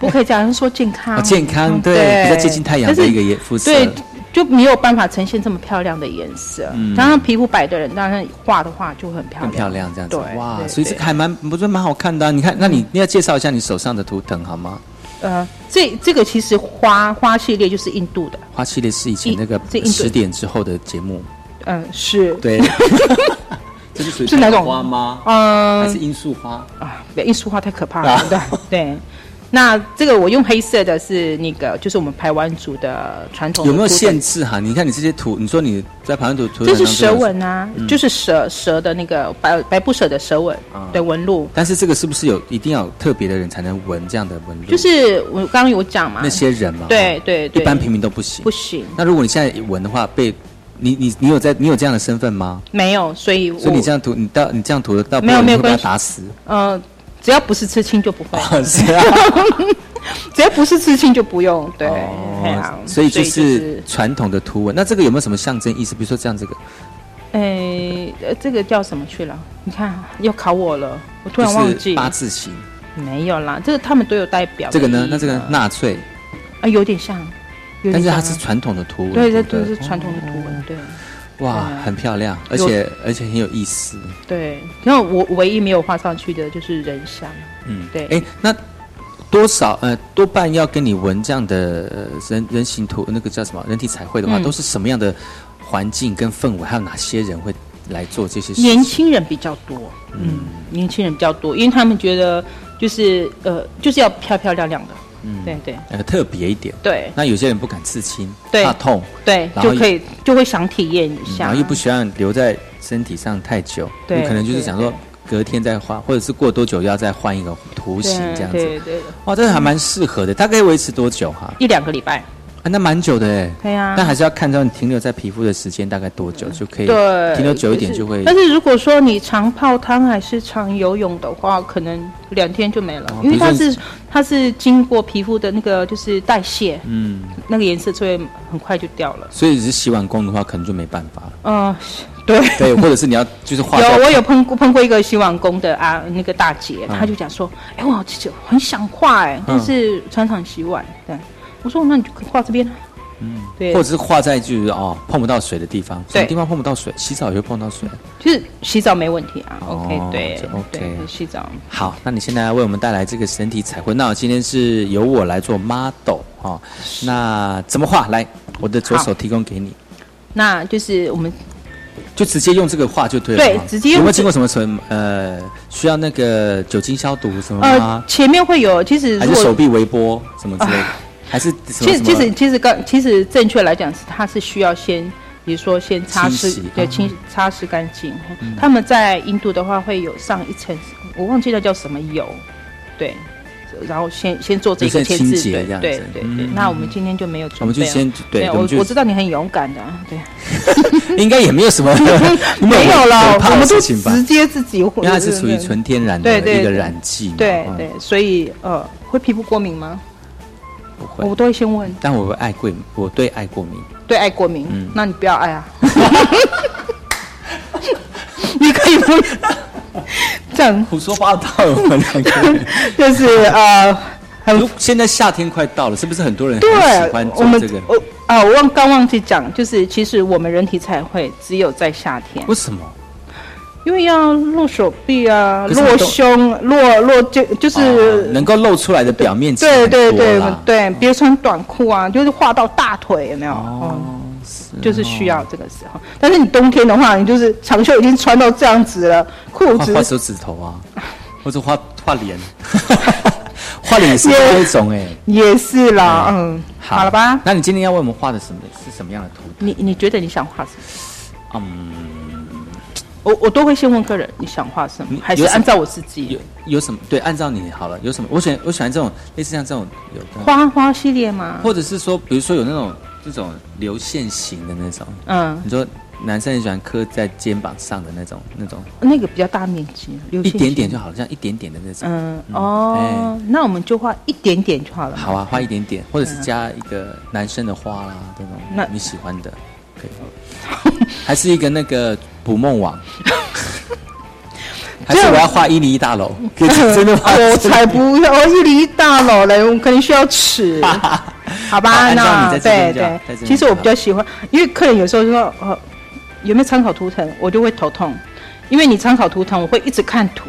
不可以这样说健哦康，健康嗯对，比较接近太阳但的是一个颜肤色。对，就没有办法呈现这么漂亮的颜色。当然，皮肤白的人，当然画的话就会很漂亮，嗯很漂亮这样子对，哇，对所以这对个还蛮不是蛮好看的啊、你看，那你你要介绍一下你手上的图腾好吗？呃，这这个其实花花系列就是印度的，花系列是以前一那个这印度十点之后的节目，嗯、是，对。 这是属于是哪种桃花吗？还嗯、是罂粟花？啊，不要，艺术画太可怕了，啊对对。那这个我用黑色的是那个，就是我们排湾族的传统的有没有图腾限制哈、你看你这些图，你说你在盘图图腾这当是中嗯有蛇纹啊，就是蛇蛇的那个白白不舍的蛇纹啊的纹路，但是这个是不是有一定要有特别的人才能闻这样的纹路？就是我刚刚有讲嘛那，些人嘛，对哈对一对，般平民都不行不。行，那如果你现在闻的话，被你你你有在你有这样的身份吗？没有，所以我所以你这样涂，你到你这样涂得到，没有没有被他关系打死，呃，只要不是刺青就不会， 是啊，只要不是刺青就不用，对，嘿啊哦所以就是传统的图文。那这个有没有什么象征意思？比如说这样这个，诶，呃这个叫什么去了？你看又考我了，我突就然忘是记，八字形。没有啦，这个他们都有代表的这意义个的。呢？那这个纳粹，啊，有点像，嗯但有点是像它啊。是传统的图文，对，对哦这不都是对？传统的图文，对哇，对啊很漂亮，而且而且很有意思。对。然后我唯一没有画上去的就是人像，嗯，对。哎，那多少呃多半要跟你纹这样的呃人人形图，那个叫什么人体彩绘的话，嗯都是什么样的环境跟氛围？还有哪些人会来做这些事年情？轻人比较多，嗯，年轻人比较多，因为他们觉得就是呃，就是要漂漂亮亮的，嗯，对对呃，特别一点。对那有些人不敢刺青，对怕痛，对，然后嗯就可以就会想体验一然下后，又不喜欢留在身体上太久，对有可能就是想说对隔天再换，或者是过多久要再换一个图对形这样对子。对，哇，这个还蛮适合的，大概维持多久哈、一两个礼拜，啊，那蛮久的哎。对啊但还是要看到你停留在皮肤的时间大概多久就可以，对，停留久一点是就会。但是如果说你常泡汤还是常游泳的话，可能两天就没了，因为它哦比如说是它是经过皮肤的那个就是代谢，嗯，那个颜色就会很快就掉了。所以只是洗碗工的话，可能就没办法 了。嗯、对。对，或者是你要就是化有妆，我有碰过碰过一个洗碗工的啊，那个大姐，嗯她就讲说，哎、我其实很想画哎、但是常常洗碗，这样。我说那你就画这边啊，嗯，对，或者是化在就是哦碰不到水的地方，什么对地方碰不到水，洗澡也会碰到水。就是洗澡没问题啊、哦 o k 对这 OK 对，就洗澡好，那你现在为我们带来这个身体彩绘，那我今天是由我来做 model 哦。那怎么画？来，我的左手提供给你。那就是我们就直接用这个话就对了对吗。直接用有没有这经过什么什么呃需要那个酒精消毒什么呃吗，？前面会有，其实还如是手果臂微波什么之类的？还是什啊么其实什其实么？其实刚其实正确来讲是它是需要先，比如说先擦清拭洗，嗯对，清擦拭干净。他们在印度的话会有上一层，我忘记那叫什么油，对。然后先先做这就个是前清置，洁对这样对子嗯对对。那我们今天就没有准备我们就了先对，有我我们就我知道你很勇敢的，对，应该也没有什么 没没有了，我们事都情吧？直接自己混，因为它是属于纯天然的对对一个对染剂嘛，对嗯对，所以呃，会皮肤过敏吗？不会我。都会先问，但我爱过敏，我对爱过敏。对爱过敏，嗯那你不要爱 啊，你可以不这样，胡说八道，我们两个人。就是呃，如现在夏天快到了，是不是很多人很对喜欢，我做们这个？我啊，我忘刚忘记讲，就是其实我们人体彩绘只有在夏天，为什么？因为要露手臂啊，可是我露懂胸，露露就就是。哦能够露出来的表面积对很对对多啦对，别穿短裤啊，就是画到大腿有没有？哦，就是需要这个时候。但是你冬天的话，你就是长袖已经穿到这样子了，裤画子画手指头啊，或者画画脸， 画脸也是另外一种哎、也是啦，嗯，好好了吧？那你今天要为我们画的什么是什么样的图？你你觉得你想画什么？嗯，我我都会先问客人你想画什么你，还是有什么按照我自己有有什么？对，按照你好了，有什么？我喜欢我喜欢这种类似像这种有的，花花系列吗？或者是说，比如说有那种这种流线型的那种，嗯，你说男生很喜欢刻在肩膀上的那种那种，那个比较大面积，流一线点点型就好了，哎像一点点的那种。嗯哦，那我们就画一点点就好了嘛。好啊，画一点点，或者是加一个男生的花啦，这种那你喜欢的，可以。还是一个那个捕梦 网，还是我要画一零一大楼？可以真 的吗？哎 我才不要！我一零一大佬嘞，我肯定需要 尺，好好吧？按照那你在这对边这样啊在这对，边其实我比较喜欢，因为客人有时候就说呃有没有参考图腾，我就会头痛，因为你参考图腾，我会一直看图。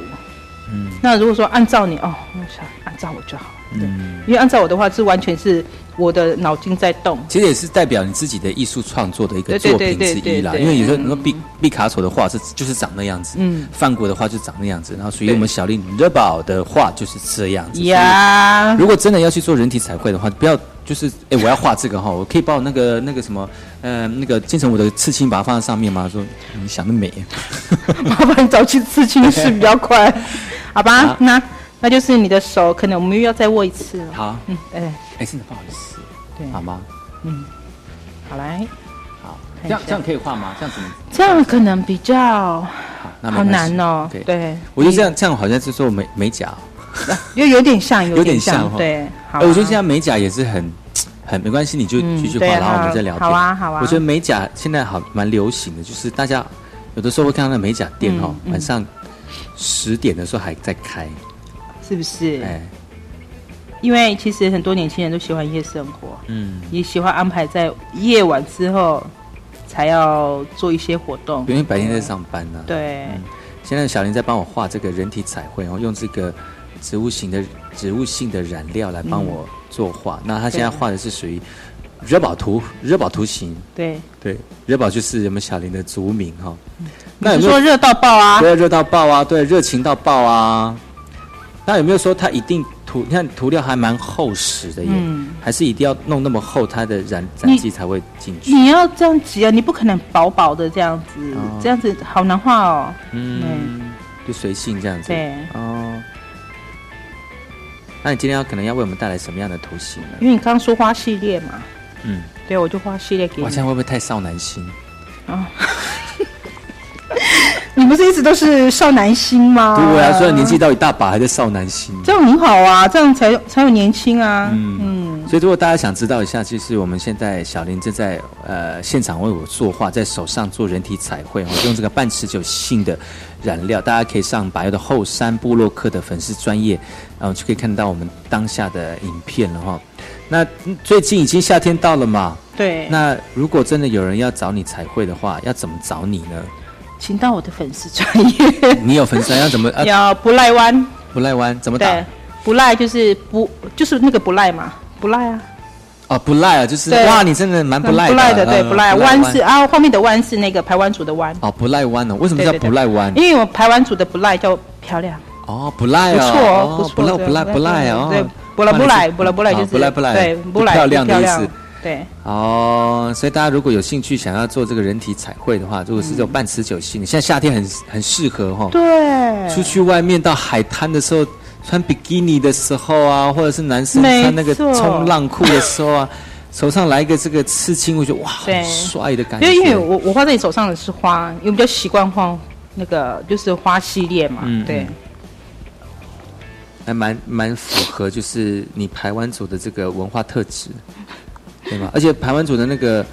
嗯，那如果说按照你哦，我想按照我就好，对，嗯因为按照我的话是完全是我的脑筋在动，其实也是代表你自己的艺术创作的一个对对作品对之对一啦。对对嗯因为有时候你说毕毕卡索的画是就是长那样子，嗯，梵谷的画就长那样子，然后所以我们小丽热宝的画就是这样子。所以呀，如果真的要去做人体彩绘的话，不要就是哎、我要画这个哈，我可以把我那个那个什么，呃，那个金城武的刺青把它放在上面吗？说你想得美， 麻烦你早去刺青是比较快，好吧 好？那那就是你的手，可能我们又要再握一次了，好，嗯，哎，哎、真的不好意思，对，好吗？好来。好，这看一下样这样可以画吗？这样子这样可能比较好，那没好关系难哦。可以，对，我觉得这样这样好像是说美美甲哦，又有点像，有点点像哦对，好哎、啊。我觉得现在美甲也是很。很没关系，你就嗯继续画，对啊然后我们再聊天。好啊好啊我觉得美甲现在好蛮流行的，就是大家有的时候会看到那美甲嗯店哦，晚上十点的时候还在开，是不是？哎，因为其实很多年轻人都喜欢夜生活，嗯，也喜欢安排在夜晚之后才要做一些活动。因为白天在上嗯班呢、，对，现在小林在帮我画这个人体彩绘，然哦后用这个植物型的植物性的染料来帮我作嗯画。那他现在画的是属于热宝图，热宝图形。对，对，热宝就是我们小林的族名哈、嗯你那有是没说有热到爆啊？对热到爆啊？对，热情到爆啊？那有没有说它一定涂？你看涂料还蛮厚实的耶，嗯还是一定要弄那么厚，它的染染你剂才会进去？你要这样挤啊，你不可能薄薄的这样子，哦这样子好难画哦。嗯，就随性这样子。对哦。那你今天要可能要为我们带来什么样的图形呢？因为你刚刚说花系列嘛，嗯，对，我就花系列给哇，你这。样会不会太少男心？你不是一直都是少男心吗？对啊，虽然年纪到一大把，还在少男心。这样很好啊，这样才有才有年轻啊。嗯所以，如果大家想知道一下，其实我们现在小林正在呃现场为我作画，在手上做人体彩绘哦，用这个半持久性的染料，大家可以上白油的后山部落客的粉丝专业，然后就可以看到我们当下的影片了哈、那嗯最近已经夏天到了嘛，对。那如果真的有人要找你彩绘的话，要怎么找你呢？请到我的粉丝专 业，你有粉丝团要怎么？呃，要不赖湾，不赖湾怎么打对？，不赖就是不就是那个不赖嘛，不赖啊，哦，不赖啊，就是对哇，你真的蛮不赖不赖的，的，对，嗯不赖。湾湾是啊，后面的湾是那个排湾族的湾，哦，不赖湾哦，为什么对叫对不对赖湾因？为我们排湾族的不赖叫漂亮，哦，不赖不啊，错哦，不不错赖的，不赖不赖哦，对，不赖不赖不赖不赖哦就是不赖不赖，对不不赖漂亮的意思亮。对，哦，所以大家如果有兴趣想要做这个人体彩绘的话，如果是这种半持久系，你现在夏天很很适合哈、对，出去外面到海滩的时候，穿比基尼的时候啊，或者是男生没穿那个错冲浪裤的时候啊，手上来一个这个刺青，我觉得哇，对很帅的感觉。因为因为我我画在你手上的是花，因为我比较习惯画那个就是花系列嘛嗯，对嗯，还蛮蛮符合，就是你排湾族的这个文化特质，对吗？而且排湾族的那个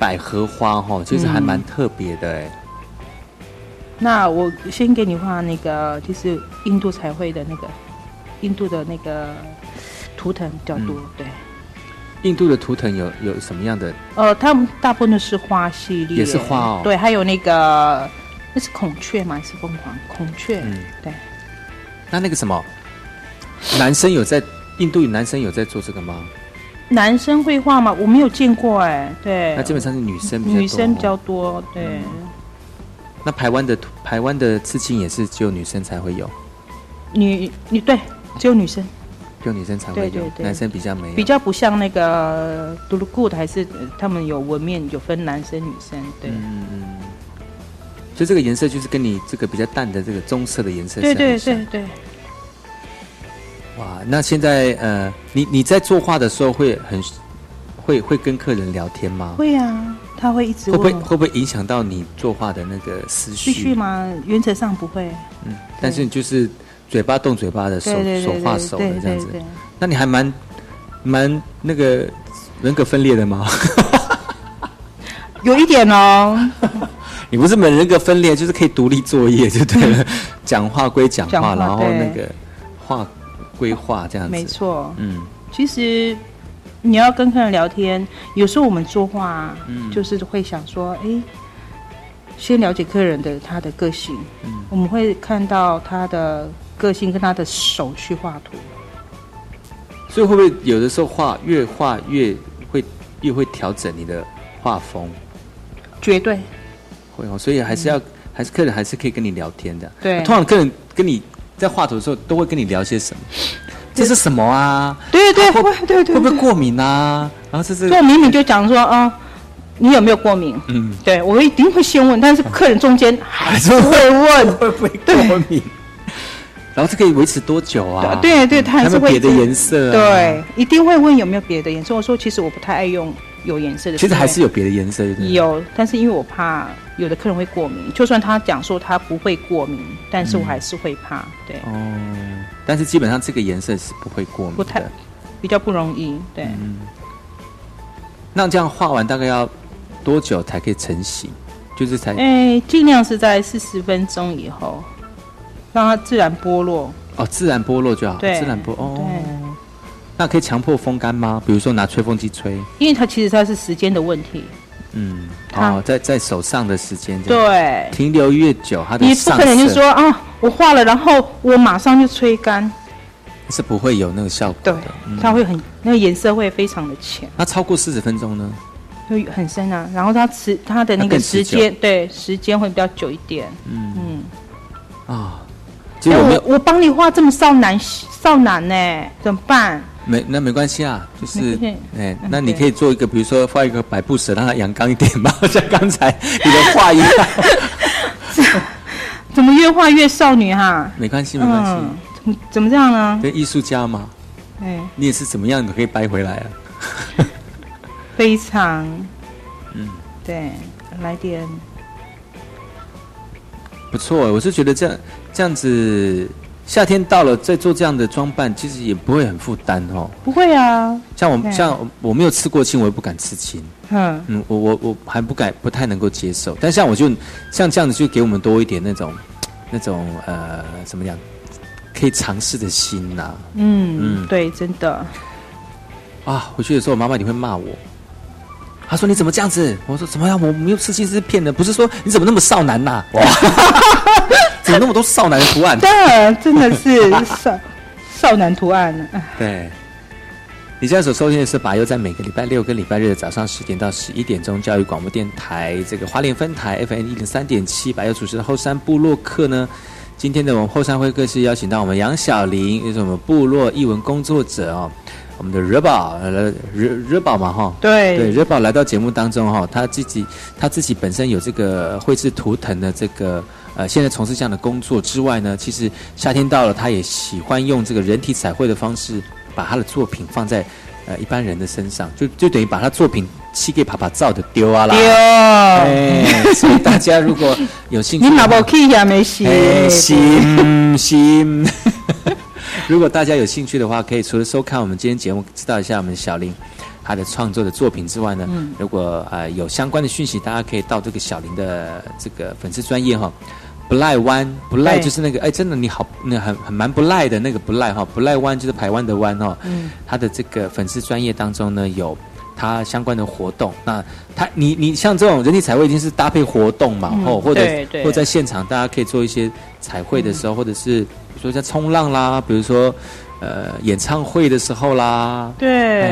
百合花哈、其实还嗯蛮特别的哎。那我先给你画那个，就是印度彩绘的那个，印度的那个图腾比较嗯多。对，印度的图腾有有什么样的？呃，他们大部分都是花系列，也是花哦对，还有那个那是孔雀吗？还是凤凰？孔雀。嗯对，那那个什么，男生有在印度男生有在做这个吗？男生会画吗？我没有见过哎、对，那基本上是女生比较多。嗯女生比较。多。对，那台湾的图台湾的刺青也是只有女生才会有，女女对，只有女生，只有女生才会有，对对对男生比较没有。比较不像那个独鲁固的，还是呃他们有纹面有分男生女生。对。嗯嗯。所以这个颜色就是跟你这个比较淡的这个棕色的颜色是对很对像对对，哇，那现在呃，你你在作画的时候会很会会跟客人聊天吗？会啊，他会一直会问不会我会不会影响到你作画的那个思绪？必须吗？原则上不会，嗯，但是你就是嘴巴动嘴巴的，手对对对手对画手的对这样子对。对那你还蛮蛮那个人格分裂的吗？ 有一点哦，你不是没人格分裂，就是可以独立作业就对 了。讲话归讲讲话，话然后对那个画归画这样子。没。错。嗯，其实你要跟客人聊天，有时候我们作画啊，嗯就是会想说，哎，先了解客人的他的个性，嗯我们会看到他的个性跟他的手去画图。所以会不会有的时候画越画越会越会调整你的画风？绝对会哦，所以还是要、还是客人还是可以跟你聊天的。嗯对通常客人跟你在画图的时候都会跟你聊些什么？这是什么啊？对对会会对对会不会对过敏啊？然后这是所以我明明就讲说啊、你有没有过敏？嗯，对我一定会先问，但是客人中间还是会会问， 会不会过敏？然后这可以维持多久啊？对对，它还有没是有会别的颜色、啊？，对，一定会问有没有别的颜色。我说其实我不太爱用有颜色的，其实还是有有别的颜色。对不对，有，但是因为我怕有的客人会过敏，就算他讲说他不会过敏，但是我还是会嗯怕，对，哦但是基本上这个颜色是不会过敏的。不太比较不容易，对。嗯那这样画完大概要多久才可以成型？就是才、哎，尽量是在四十分钟以后，让它自然剥落，哎哦，自然剥落就好。对自然剥哦。对，那可以强迫风干吗？比如说拿吹风机吹，因为它其实它是时间的问题，嗯，它哦，在在手上的时间，，对。停留越久，它的你不上可能就色说啊，我画了，然后我马上就吹干，是不会有那个效果对的。，它会很那个颜色会非常的浅，那超过四十分钟呢？会很深啊。然后它持它的那它更个持时久间，对，时间会比较久一点。啊，其哎、实我没有我我帮你画这么少男少男呢、怎么办？没那没关系啊，就是没关系哎嗯，那你对可以做一个，比如说画一个百步蛇，让它阳刚一点嘛， 像刚才你的画 一样，怎么越画越少女哈？没关系没关系，嗯，怎么怎么这样呢？跟艺术家嘛，哎、你也是怎么样，你可以掰回来啊。非常，嗯嗯，对，来点不错，我是觉得这样这样子，夏天到了再做这样的装扮，其实也不会很负担哦。不会啊，像我对像我我没有吃过青，我也不敢吃青，嗯，嗯，我我我还不敢不太能够接受。但像我就像这样子，就给我们多一点那种那种呃怎么讲，可以尝试的心呐、嗯嗯，对，真的，啊。回去的时候，妈妈你会骂我。她说：“你怎么这样子？”我说：“怎么样？我没有吃青是骗人，不是说你怎么那么少男呐、哇， 怎么那么多少男的图案？ 真的真的是少少男图案，哎对，你现在所收听的是把又在每个礼拜六跟礼拜日的早上十点到十一点钟，教育广播电台这个花莲分台 FM 一零三点七，把又主持的后山部落客呢。今天的我们后山会客室邀请到我们杨小玲，也是我们部落译文工作者哦，我们的惹宝呃惹惹宝嘛哈，对对，热宝来到节目当中哈、他自己他自己本身有这个绘制图腾的这个呃，现在从事这样的工作之外呢，其实夏天到了，他也喜欢用这个人体彩绘的方式，把他的作品放在呃一般人的身上，就就等于把他作品漆给啪啪照的丢啊啦。哎，所以大家如果有兴趣 你的话，哪不去呀？没洗， 哎，心心。 如果大家有兴趣的话，可以除了收看我们今天节目，知道一下我们小林他的创作的作品之外呢，如果呃有相关的讯息，大家可以到这个小林的这个粉丝专业哈。不赖湾，不赖对就是那个，哎，真的你好，那很很蛮不赖的那个不赖哈，不赖湾就是台湾的湾哈。嗯，他的这个粉丝专业当中呢，有他相关的活动。那他，你你像这种人体彩绘已经是搭配活动嘛，嗯吼、或者对对或者在现场大家可以做一些彩绘的时候，或者是比如说像冲浪啦，嗯比如说呃演唱会的时候啦，哎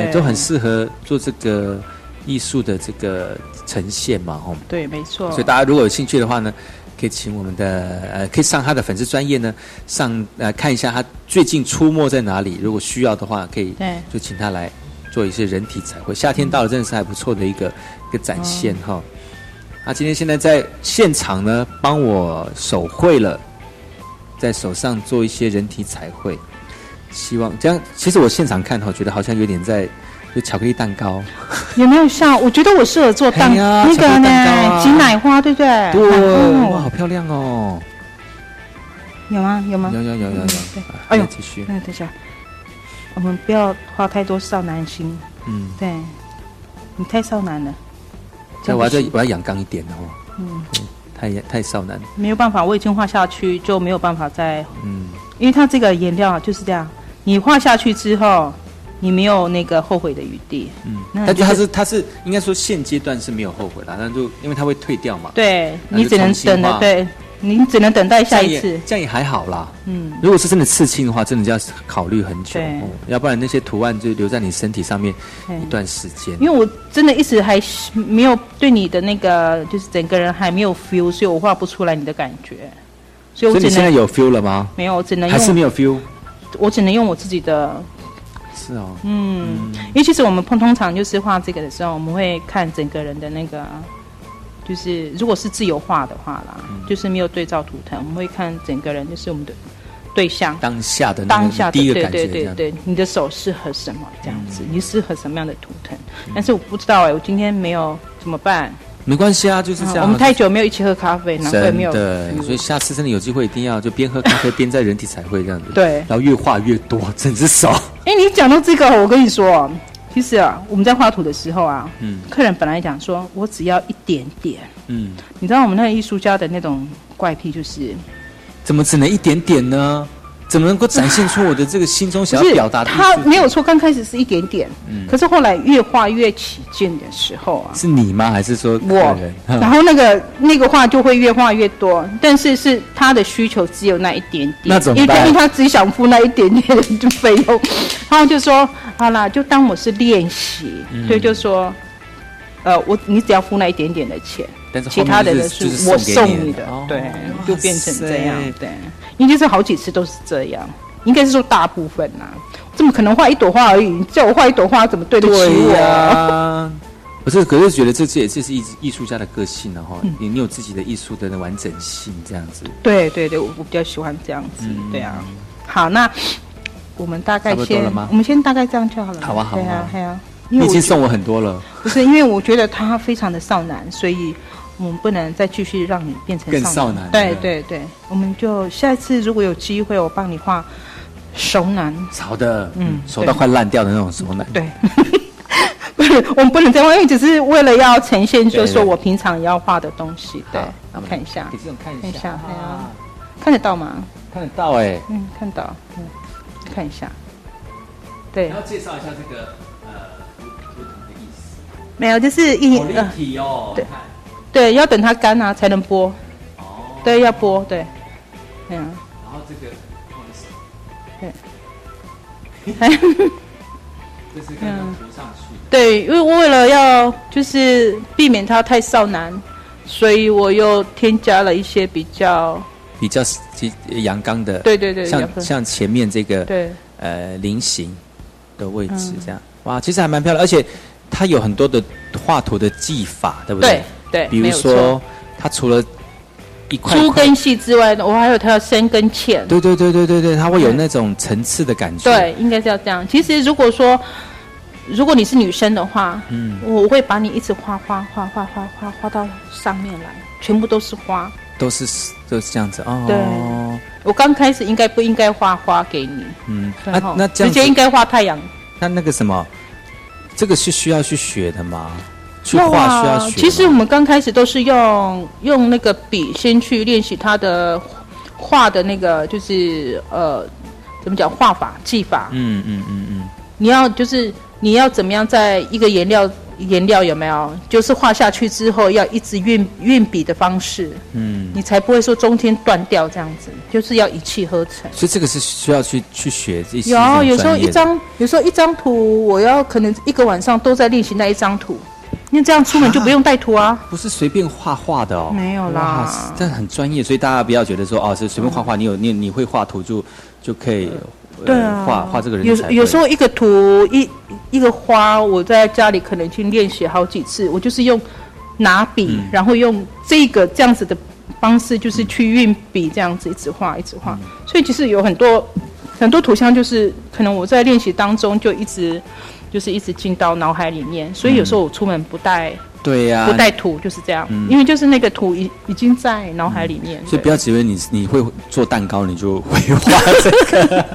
对，都很适合做这个艺术的这个呈现嘛，吼、对，没错。所以大家如果有兴趣的话呢，可以请我们的呃，可以上他的粉丝专业呢，上呃看一下他最近出没在哪里。如果需要的话，可以对就请他来做一些人体彩绘。夏天到了，真的是还不错的一个一个展现哈。啊，今天现在在现场呢，帮我手绘了，在手上做一些人体彩绘，希望这样。其实我现场看哈，觉得好像有点在就巧克力蛋糕，有没有像？我觉得我适合做蛋哎呀那个巧克力蛋糕呢，啊挤奶花，对不对？对，嗯哇，好漂亮哦！有吗？有吗？有有有有有嗯对，哎哎呦，呦继续，那等一下，我们不要花太多少男心。嗯，对，你太少男了，所以真我不要再行我要阳刚一点哦，嗯，太太少男，没有办法，我已经画下去就没有办法再，嗯，因为它这个颜料就是这样，你画下去之后，你没有那个后悔的余地。嗯，那但你是就他是是他是应该说现阶段是没有后悔啦，那就因为他会退掉嘛，，对那就你只能重新等画了，对你只能等待下一次。这样也还好啦，嗯，如果是真的刺青的话，真的就要考虑很久，对哦要不然那些图案就留在你身体上面对一段时间，因为我真的一直还是没有对你的那个，就是整个人还没有 feel，所以我画不出来你的感觉，所所以我以你只现在能有 feel 了吗？没有，我只能还是用没有 feel？我只能用我自己的，是哦，嗯，因为其实我们碰通常就是画这个的时候，我们会看整个人的那个，就是如果是自由画的话啦，嗯就是没有对照图腾，我们会看整个人，就是我们的对象。当下的那个当下的第一个对感觉对这对样，嗯对，你的手适合什么这样子？你适合什么样的图腾？但是我不知道哎，我今天没有怎么办？没关系啊，就是这啊样啊，我们太久没有一起喝咖啡，难怪没真有。的，所以下次真的有机会一定要就边喝咖啡边在人体彩绘这样子。 对然后越画越多，整只 手。哎，你讲到这个，我跟你说，其实啊，我们在画图的时候啊，嗯客人本来讲说我只要一点点，嗯，你知道我们那个艺术家的那种怪癖就是，怎么只能一点点呢？怎么能够展现出我的这个心中想就要是表达的意嗯思？他没有错，刚开始是一点点，可是后来越画越起劲的时候啊，是你吗？还是说客我人， 然后那个那个画就会越画越多，但是是他的需求只有那一点点，那怎么因为办因为他只想付那一点点的费用，然后就说好啦，就当我是练习，嗯所以就说，呃，我你只要付那一点点的钱，但是后其面他的就人是就是我送给送你的，哦对，就变成这样哇塞，对，应该是好几次都是这样，应该是说大部分啦、怎么可能画一朵花而已？你叫我画一朵花，怎么对得起对我？呀、啊不是，可是觉得这这也这是艺艺术家的个性然后你你有自己的艺术的完整性这样子。对对对，我我比较喜欢这样子，对啊。好，那我们大概嗯差不多先了吗，我们先大概这样就好了。好啊好啊对好啊啊，对啊。因你为已我经觉送我很多了，不是因为我觉得他非常的少男，所以我们不能再继续让你变成更少少男对对对对，我们就下一次如果有机会，我帮你画熟男。 潮的，嗯嗯，手到对快烂掉的那种手呢。对。不是，我们不能再画，因为只是为了要呈现，对就对是说我平常也要画的东西。对好那我，们看一下给，这种看一看一下下，哎呀啊，看得到吗？看得到哎、嗯，看到，嗯，看一下，对你，介绍一下这个呃图腾的意思。没有，就是一好立呃，体哦，对你看对，要等它干啊才能剥，哦，对，要剥，对，嗯， 然后这个，哎就是可能浮上去。对，因为为了要就是避免它太少男，所以我又添加了一些比较比较其阳刚的，对对对阳像刚像前面这个对呃菱形的位嗯置这样，哇，其实还蛮漂亮，而且它有很多的画图的技法，对不对对，比没如有说错，它除了一块一粗块跟细之外呢，我还有它的深跟浅。对对对对对对，它会有那种层次的感觉。对，应该是要这样。其实如果说，如果你是女生的话，嗯我会把你一直画画画画画画画到上面来，全部都是花。都是都是这样子哦。我刚开始应该不应该画花给你？嗯，那、然后那这直样接应子，该画太阳。那那个什么，这个是需要去学的吗？去要画啊需要学吗？其实我们刚开始都是用用那个笔先去练习它的画的那个，就是呃，怎么讲画法技法。嗯嗯嗯嗯，你要就是你要怎么样，在一个颜料颜料有没有，就是画下去之后要一直运运笔的方式，嗯，你才不会说中间断掉这样子，就是要一气呵成。所以这个是需要去去学一些有有时候专业一的张，有时候一张图，我要可能一个晚上都在练习那一张图，因为这样出门就不用带图啊。不是随便画画的哦，没有啦嗯哇这很专业，所以大家不要觉得说哦是随便画画，你有你你会画图就就可以、呃对啊，画画这个人有才有会时候一个图一一个花，我在家里可能已经练习好几次，我就是用拿笔，然后用这个这样子的方式，就是去运笔这样子一直画一直画，所以其实有很多很多图像，就是可能我在练习当中就一直就是一直进到脑海里面，所以有时候我出门不带、对呀、不带图就是这样，嗯因为就是那个图已已经在脑海里面，所以对不要只以为你你会做蛋糕，你就会画这个。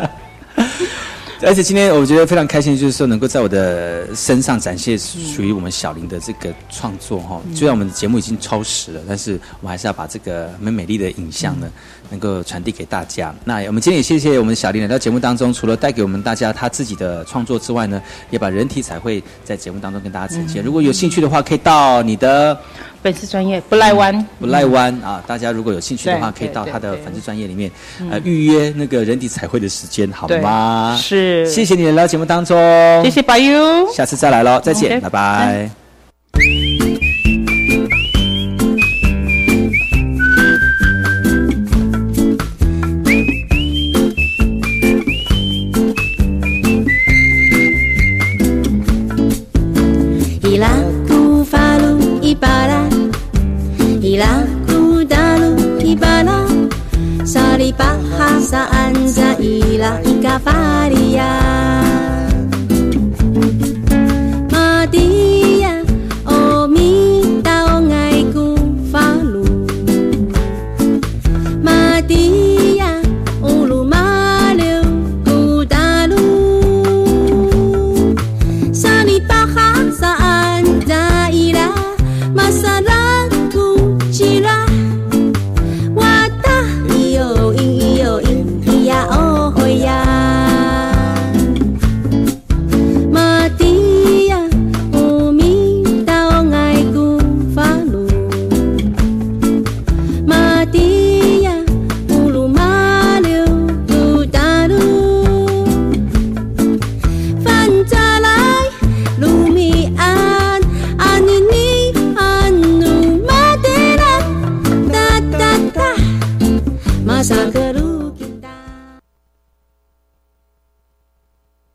而且今天我觉得非常开心，就是说能够在我的身上展现属于我们小林的这个创作哈、虽然我们的节目已经超时了，但是我们还是要把这个很美丽的影像呢，能够传递给大家。那我们今天也谢谢我们小林来到节目当中，除了带给我们大家他自己的创作之外呢，也把人体彩绘在节目当中跟大家呈现。如果有兴趣的话，可以到你的。粉丝专业不赖弯。不赖湾啊，大家如果有兴趣的话，对可以到他的对对嗯粉丝专业里面，呃，预约那个人体彩绘的时间，好对吗？，是，谢谢你来到节目当中，谢，谢白优。下次再来喽，再见， OK，拜拜。伊拉库法鲁伊巴拉，伊拉库达鲁伊巴拉，萨里巴哈萨安萨伊拉伊卡法里亚。oh, anu